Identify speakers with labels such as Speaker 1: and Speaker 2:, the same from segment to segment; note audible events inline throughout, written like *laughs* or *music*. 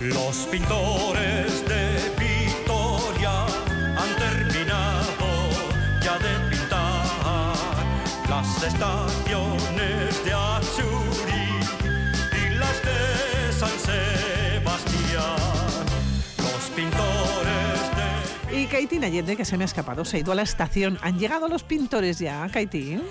Speaker 1: Los pintores de Vitoria han terminado ya de pintar las estaciones de Achuri y las de San Sebastián. Los pintores de
Speaker 2: Y Caitín Allende, que se me ha escapado, se ha ido a la estación. ¿Han llegado los pintores ya, Caitín?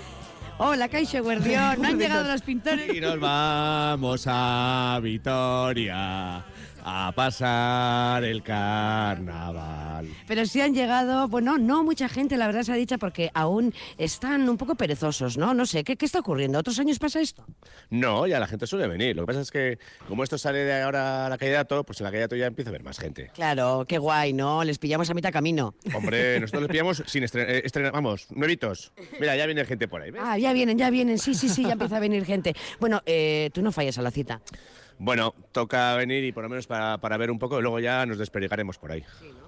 Speaker 3: Hola, Caixa Guardián. No han llegado los
Speaker 4: Y
Speaker 3: pintores.
Speaker 4: nos vamos a Vitoria a pasar el carnaval.
Speaker 3: Pero sí han llegado, bueno, no mucha gente, la verdad se ha dicho, porque aún están un poco perezosos, ¿no? No sé, ¿qué, qué está ocurriendo? ¿Otros años pasa esto?
Speaker 4: No, ya la gente suele venir. Lo que pasa es que, como esto sale de ahora a la calle de Ato, pues en la calle de Ato ya empieza a haber más gente.
Speaker 3: Claro, qué guay, ¿no? Les pillamos a mitad camino.
Speaker 4: *laughs* Hombre, nosotros les pillamos sin estrenar. vamos, nuevitos. Mira, ya viene gente por ahí. ¿ves?
Speaker 3: Ah, ya vienen, ya vienen, sí, sí, sí, ya empieza a venir gente. Bueno, eh, tú no fallas a la cita.
Speaker 4: Bueno, toca venir y por lo menos para, para ver un poco, luego ya nos desperigaremos por ahí.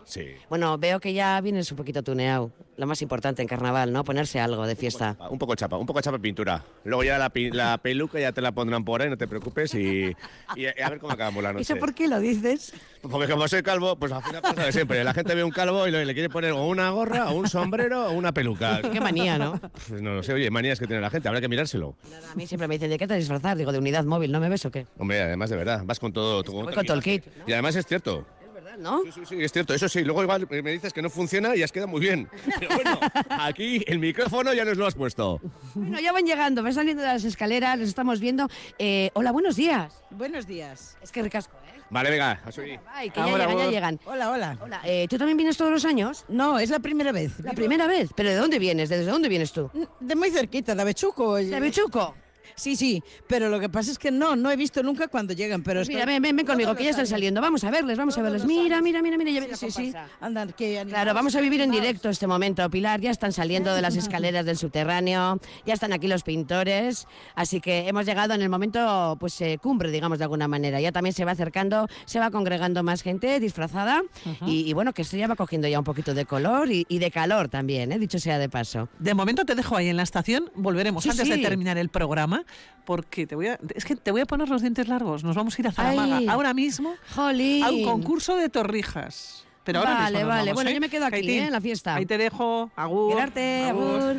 Speaker 4: Sí.
Speaker 3: Bueno, veo que ya vienes un poquito tuneado. Lo más importante en carnaval, ¿no? Ponerse algo de fiesta.
Speaker 4: Un poco chapa, un poco chapa pintura. Luego ya la, pi- la peluca ya te la pondrán por ahí, no te preocupes y, y a a ver cómo acabamos la
Speaker 3: *laughs*
Speaker 4: noche.
Speaker 3: ¿Eso por qué lo dices?
Speaker 4: Porque como soy calvo, pues al final pasa de siempre. La gente ve un calvo y le le quiere poner o una gorra, o un sombrero, o una peluca.
Speaker 3: Qué manía, *laughs* ¿no?
Speaker 4: Pues no lo sé, oye, manías que tiene la gente, habrá que mirárselo.
Speaker 3: Nada, a mí siempre me dicen, ¿de qué te disfrazar? Digo, de unidad móvil, ¿no me ves o qué?
Speaker 4: Hombre, además, de verdad, vas con todo...
Speaker 3: Voy con todo el kit.
Speaker 4: Y además es cierto.
Speaker 3: Es verdad, ¿no?
Speaker 4: Sí, sí, sí, es cierto. Eso sí, luego igual eh, me dices que no funciona y has quedado muy bien. Pero bueno, aquí el micrófono ya nos lo has puesto.
Speaker 3: Bueno, ya van llegando, van saliendo de las escaleras, los estamos viendo. Eh, hola, buenos días.
Speaker 5: Buenos días.
Speaker 3: Es que ricasco, ¿eh?
Speaker 4: Vale, venga, a subir.
Speaker 3: Ay, que
Speaker 5: Ahora
Speaker 3: ya llegan, ya
Speaker 5: vos.
Speaker 3: llegan.
Speaker 5: Hola, hola.
Speaker 3: Hola, eh, ¿tú también vienes todos los años?
Speaker 5: No, es la primera vez.
Speaker 3: La primera vez. ¿Pero de dónde vienes? ¿Desde dónde vienes tú?
Speaker 5: De muy cerquita, de Avechuco.
Speaker 3: ¿De Bechuco?
Speaker 5: Sí, sí, pero lo que pasa es que no, no he visto nunca cuando llegan, pero estoy-
Speaker 3: Mira, ven, ven, ven conmigo,
Speaker 5: Todos
Speaker 3: que ya
Speaker 5: los
Speaker 3: están
Speaker 5: años.
Speaker 3: saliendo. Vamos a verles, vamos a
Speaker 5: Todos
Speaker 3: verles.
Speaker 5: los
Speaker 3: Mira,
Speaker 5: años.
Speaker 3: mira, mira, mira, ya viene
Speaker 5: Sí,
Speaker 3: la
Speaker 5: sí, sí.
Speaker 3: comparsa.
Speaker 5: Andan, que animados,
Speaker 3: Claro, vamos a vivir en
Speaker 5: animados.
Speaker 3: directo este momento, Pilar. Ya están saliendo de las escaleras del subterráneo, ya están aquí los pintores, así que hemos llegado en el momento, pues eh, cumbre, digamos de alguna manera. Ya también se va acercando, se va congregando más gente disfrazada y, y bueno, que esto ya va cogiendo ya un poquito de color y, y de calor también, eh, dicho sea de paso.
Speaker 2: De momento te dejo ahí en la estación, volveremos
Speaker 3: Sí,
Speaker 2: antes de
Speaker 3: sí.
Speaker 2: terminar el programa, porque te voy a, es que te voy a poner los dientes largos, nos vamos a ir a Zaramaga
Speaker 3: Ay.
Speaker 2: ahora mismo
Speaker 3: ¡Jolín!
Speaker 2: a un concurso de torrijas. Pero ahora
Speaker 3: Vale,
Speaker 2: mismo nos
Speaker 3: vale.
Speaker 2: vamos,
Speaker 3: Bueno,
Speaker 2: ¿eh?
Speaker 3: yo me quedo aquí,
Speaker 2: Caitín,
Speaker 3: ¿eh? en la fiesta.
Speaker 2: Ahí te dejo, agur.
Speaker 3: Mirarte, abur.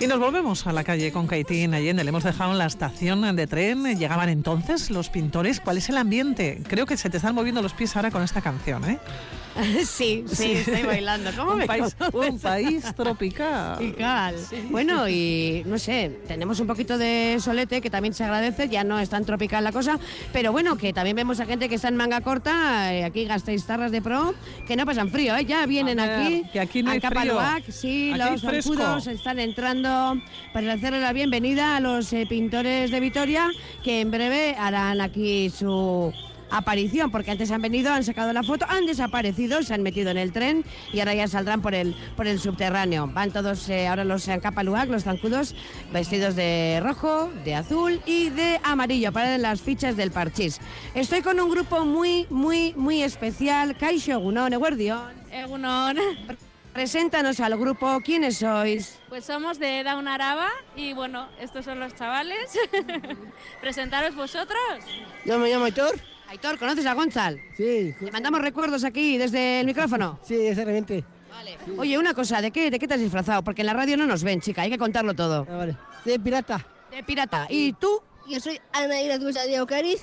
Speaker 2: Y nos volvemos a la calle con Caitín Allende. Le hemos dejado en la estación de tren. Llegaban entonces los pintores. ¿Cuál es el ambiente? Creo que se te están moviendo los pies ahora con esta canción, ¿eh?
Speaker 3: *laughs* sí, sí, estoy bailando. ¿Cómo
Speaker 2: un
Speaker 3: me
Speaker 2: país, un país tropical.
Speaker 3: tropical. Bueno, y no sé, tenemos un poquito de solete que también se agradece, ya no es tan tropical la cosa, pero bueno, que también vemos a gente que está en manga corta, eh, aquí gastéis tarras de pro, que no pasan frío, ¿eh? ya vienen
Speaker 2: A ver,
Speaker 3: aquí,
Speaker 2: Ah, que aquí no hay
Speaker 3: al
Speaker 2: frío.
Speaker 3: Capaloac, sí,
Speaker 2: Aquí hay
Speaker 3: los
Speaker 2: fresco.
Speaker 3: zancudos están entrando para hacerle la bienvenida a los eh, pintores de Vitoria, que en breve harán aquí su aparición, porque antes han venido, han sacado la foto, han desaparecido, se han metido en el tren y ahora ya saldrán por el, por el subterráneo. Van todos eh, ahora los Capaluac, los zancudos, vestidos de rojo, de azul y de amarillo para las fichas del parchís. Estoy con un grupo muy, muy, muy especial, Kaixo Gunón Eguerdión.
Speaker 6: Eh, Egunon.
Speaker 3: Preséntanos al grupo, ¿quiénes sois?
Speaker 6: Pues somos de Down Araba y bueno, estos son los chavales. *laughs* Presentaros vosotros.
Speaker 7: Yo me llamo Aitor.
Speaker 3: Aitor, ¿conoces a Gonzal?
Speaker 7: Sí,
Speaker 3: Le mandamos recuerdos aquí desde el micrófono.
Speaker 7: sí, exactamente.
Speaker 3: Oye, una cosa, ¿de qué, ¿de qué te has disfrazado? Porque en la radio no nos ven, chica, hay que contarlo todo.
Speaker 7: Ah, vale. Soy pirata.
Speaker 3: De pirata. ¿Y tú?
Speaker 8: Yo soy Ana Iradusa de Ocariz.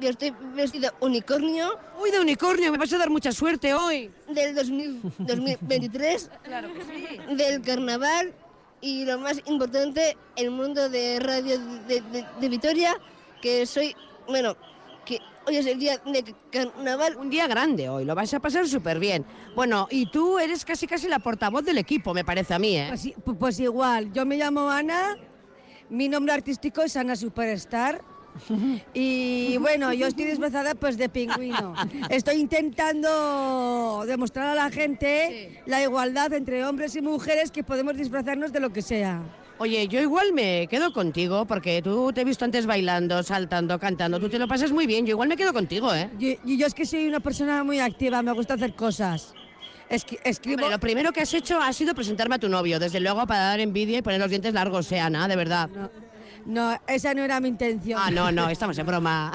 Speaker 8: Yo estoy vestido unicornio
Speaker 3: Uy, de unicornio, me vas a dar mucha suerte hoy.
Speaker 8: del 2000 2023, del carnaval y lo más importante, el mundo de radio de, de- de Vitoria, que soy, bueno, que hoy es el día de carnaval.
Speaker 3: Un día grande hoy, lo vas a pasar súper bien. Bueno, y tú eres casi casi la portavoz del equipo, me parece a mí, ¿eh?
Speaker 9: Pues, i- pu- pues igual, yo me llamo Ana, mi nombre artístico es
Speaker 3: *laughs*
Speaker 9: Ana Superstar. Y bueno, yo estoy disfrazada pues de pingüino. Estoy intentando demostrar a la gente la igualdad entre hombres y mujeres que podemos disfrazarnos de lo que sea.
Speaker 3: Oye, yo igual me quedo contigo, porque tú te he visto antes bailando, saltando, cantando, tú te lo pasas muy bien, yo igual me quedo contigo, ¿eh?
Speaker 9: Y y yo es que soy una persona muy activa, me gusta hacer cosas. Esqui- escribo,
Speaker 3: Hombre, lo primero que has hecho ha sido presentarme a tu novio, desde luego para dar envidia y poner los dientes largos, sea, Ana, de verdad.
Speaker 9: No, esa no era mi intención.
Speaker 3: Ah, no, no, estamos en
Speaker 9: *laughs*
Speaker 3: broma.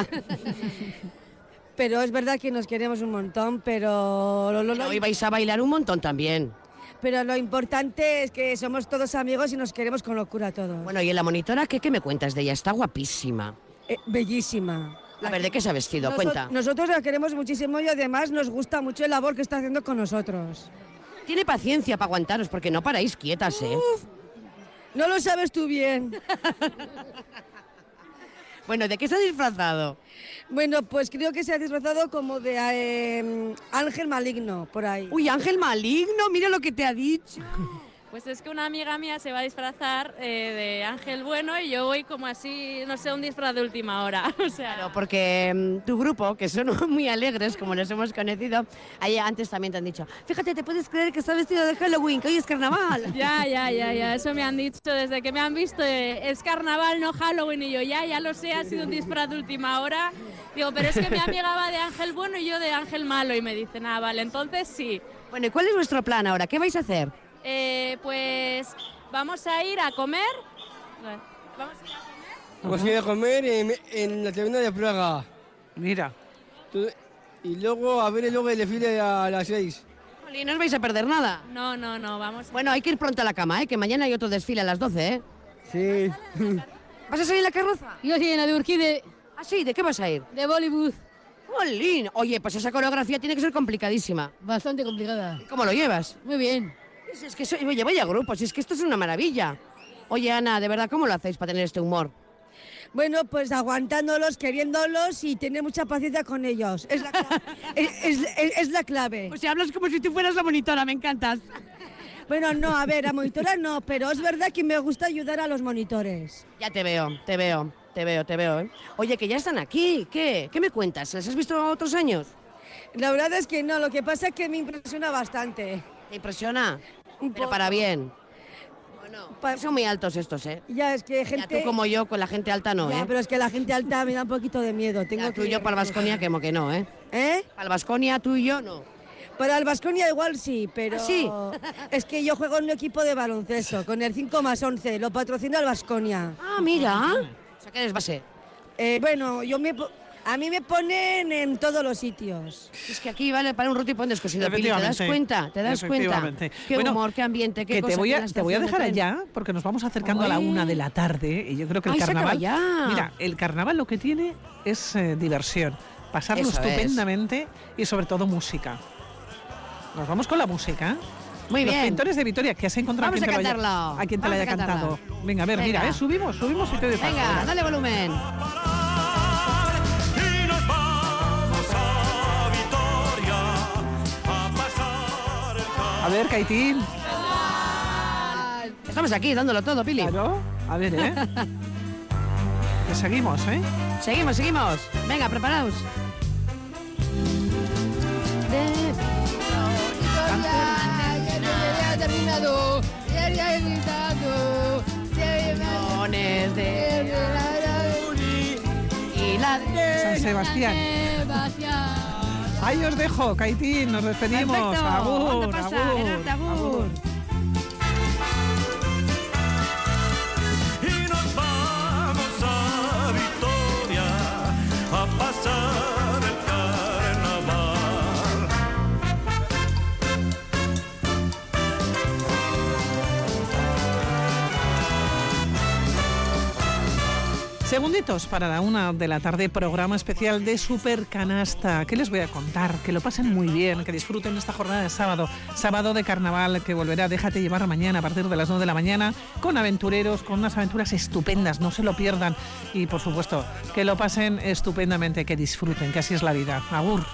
Speaker 9: Pero es verdad que nos queremos un montón, pero lo, lo- lo-
Speaker 3: Hoy vais a bailar un montón también.
Speaker 9: pero lo importante es que somos todos amigos y nos queremos con locura todos.
Speaker 3: Bueno, y en la monitora, ¿qué, qué me cuentas de ella? Está guapísima.
Speaker 9: Eh, bellísima.
Speaker 3: A ver, ¿de qué se ha vestido?
Speaker 9: Noso-
Speaker 3: Cuenta.
Speaker 9: Nosotros la queremos muchísimo y además nos gusta mucho el labor que está haciendo con nosotros.
Speaker 3: Tiene paciencia para aguantaros porque no paráis quietas, ¿eh?
Speaker 9: No lo sabes tú bien.
Speaker 3: Bueno, ¿de qué se ha disfrazado?
Speaker 9: Bueno, pues creo que se ha disfrazado como de eh, ángel maligno por ahí.
Speaker 3: Uy, Ángel Maligno, mira lo que te ha dicho.
Speaker 6: Pues es que una amiga mía se va a disfrazar eh, de Ángel Bueno y yo voy como así, no sé, un disfraz de última hora. *laughs* O sea,
Speaker 3: Claro, porque mm, tu grupo, que son *laughs* muy alegres, como los hemos conocido, ahí antes también te han dicho, fíjate, te puedes creer que está vestido de Halloween, que hoy es carnaval.
Speaker 6: Ya, ya, ya, ya, eso me han dicho desde que me han visto. eh, es carnaval, no Halloween. Y yo, ya, ya lo sé, ha sido un disfraz de última hora. Digo, pero es que mi amiga va de ángel bueno y yo de ángel malo. Y me dicen, ah, vale, entonces sí.
Speaker 3: bueno, ¿y cuál es vuestro plan ahora? ¿Qué vais a hacer?
Speaker 6: Eh, pues vamos a ir a comer. Vamos a ir a-
Speaker 7: Vamos a ir a comer en, en la taberna de Praga.
Speaker 2: Mira.
Speaker 7: Tú- Y luego a ver luego el desfile a las 6.
Speaker 3: Jolín, No os vais a perder nada.
Speaker 6: No, no, no, vamos.
Speaker 3: Bueno, hay que ir pronto a la cama, ¿eh? que mañana hay otro desfile a las 12. ¿eh?
Speaker 7: Sí.
Speaker 3: *laughs* ¿Vas a salir en la carroza?
Speaker 10: Yo soy en la de Urquide,
Speaker 3: Ah, sí, ¿de qué vas a ir?
Speaker 10: de Bollywood,
Speaker 3: Jolín, oye, pues esa coreografía tiene que ser complicadísima.
Speaker 10: bastante complicada.
Speaker 3: ¿Y ¿Cómo lo llevas? Pues
Speaker 10: Muy bien.
Speaker 3: Es es que soy, oye, vaya grupo, si es que esto es una maravilla. Oye, Ana, de verdad, ¿cómo lo hacéis para tener este humor?
Speaker 9: Bueno, pues aguantándolos, queriéndolos y tener mucha paciencia con ellos. Es la, cla-
Speaker 3: *laughs*
Speaker 9: es- es- es- es la clave.
Speaker 3: Pues si hablas como si tú fueras la monitora, me encantas.
Speaker 9: Bueno, no, a ver, a monitoras no, pero es verdad que me gusta ayudar a los monitores.
Speaker 3: Ya te veo, te veo, te veo, te veo. ¿eh? Oye, que ya están aquí, ¿qué? ¿Qué me cuentas? ¿Les has visto otros años?
Speaker 9: La verdad es que no, lo que pasa es que me impresiona bastante.
Speaker 3: ¿Te impresiona?
Speaker 9: Un
Speaker 3: Pero
Speaker 9: poco.
Speaker 3: para bien.
Speaker 9: Pa-
Speaker 3: Son muy altos estos, ¿eh?
Speaker 9: Ya, es que
Speaker 3: Ya
Speaker 9: gente...
Speaker 3: tú como yo, con la gente alta no,
Speaker 9: Ya,
Speaker 3: ¿eh?
Speaker 9: pero es que la gente alta me da un poquito de miedo. Tengo
Speaker 3: Ya tú y yo para el Vasconia, que, mo- que no, ¿eh?
Speaker 9: ¿Eh?
Speaker 3: Para el Vasconia, tú y yo no.
Speaker 9: Para el Vasconia igual sí, pero...
Speaker 3: ¿Ah, sí?
Speaker 9: Es que yo juego en un equipo de baloncesto, con el 5 más 11, lo patrocina el Vasconia.
Speaker 3: Ah, mira. O sea, que eres base.
Speaker 9: Eh, bueno, yo me po- a mí me ponen en todos los sitios.
Speaker 3: Es que aquí vale para un roto y pon descosido, Pili, ¿Te das
Speaker 2: Efectivamente.
Speaker 3: cuenta? ¿Te das cuenta?
Speaker 2: Efectivamente.
Speaker 3: Qué
Speaker 2: Bueno,
Speaker 3: humor, qué ambiente, qué
Speaker 2: que te
Speaker 3: cosa,
Speaker 2: voy
Speaker 3: qué
Speaker 2: a, te voy a
Speaker 3: estación
Speaker 2: dejar
Speaker 3: de tren.
Speaker 2: allá porque nos vamos acercando a la
Speaker 3: Ay.
Speaker 2: una de la tarde y yo creo que el
Speaker 3: Ay, se acaba
Speaker 2: carnaval.
Speaker 3: ya.
Speaker 2: Mira, el carnaval lo que tiene es eh, diversión, pasarlo
Speaker 3: Eso es.
Speaker 2: estupendamente y sobre todo música. Nos vamos con la música.
Speaker 3: Muy
Speaker 2: Los
Speaker 3: bien.
Speaker 2: pintores de Victoria que has encontrado
Speaker 3: Vamos
Speaker 2: a quien
Speaker 3: a
Speaker 2: te lo haya-
Speaker 3: cantarlo.
Speaker 2: a quien te la
Speaker 3: Vamos
Speaker 2: haya
Speaker 3: a
Speaker 2: cantado. Venga, a ver, mira,
Speaker 3: Venga.
Speaker 2: eh, subimos, subimos y te doy paso.
Speaker 3: Venga, dale volumen.
Speaker 1: Y nos vamos a Vitoria a pasar el
Speaker 2: A ver, Caitín.
Speaker 3: Estamos aquí dándolo todo, Pili.
Speaker 2: Claro. A ver,
Speaker 3: *laughs*
Speaker 2: ¿eh? que seguimos, ¿eh?
Speaker 3: Seguimos, seguimos. Venga, preparaos.
Speaker 10: Ya he terminado, ya, ya he gritado, ya he
Speaker 3: Pones de y la
Speaker 2: San Sebastián.
Speaker 10: Sebastián.
Speaker 2: Ahí os dejo, Caitín, nos despedimos.
Speaker 3: Perfecto.
Speaker 2: Agur,
Speaker 3: Ondo pasa,
Speaker 2: agur,
Speaker 3: Gerarte, agur.
Speaker 1: y nos vamos a Vitoria a pasar el carnaval.
Speaker 2: Segunditos para la una de la tarde, programa especial de Super Canasta. ¿Qué les voy a contar? Que lo pasen muy bien, que disfruten esta jornada de sábado, sábado de carnaval que volverá. Déjate llevar mañana a partir de las 9 de la mañana con aventureros, con unas aventuras estupendas, no se lo pierdan. Y por supuesto, que lo pasen estupendamente, que disfruten, que así es la vida. Agur.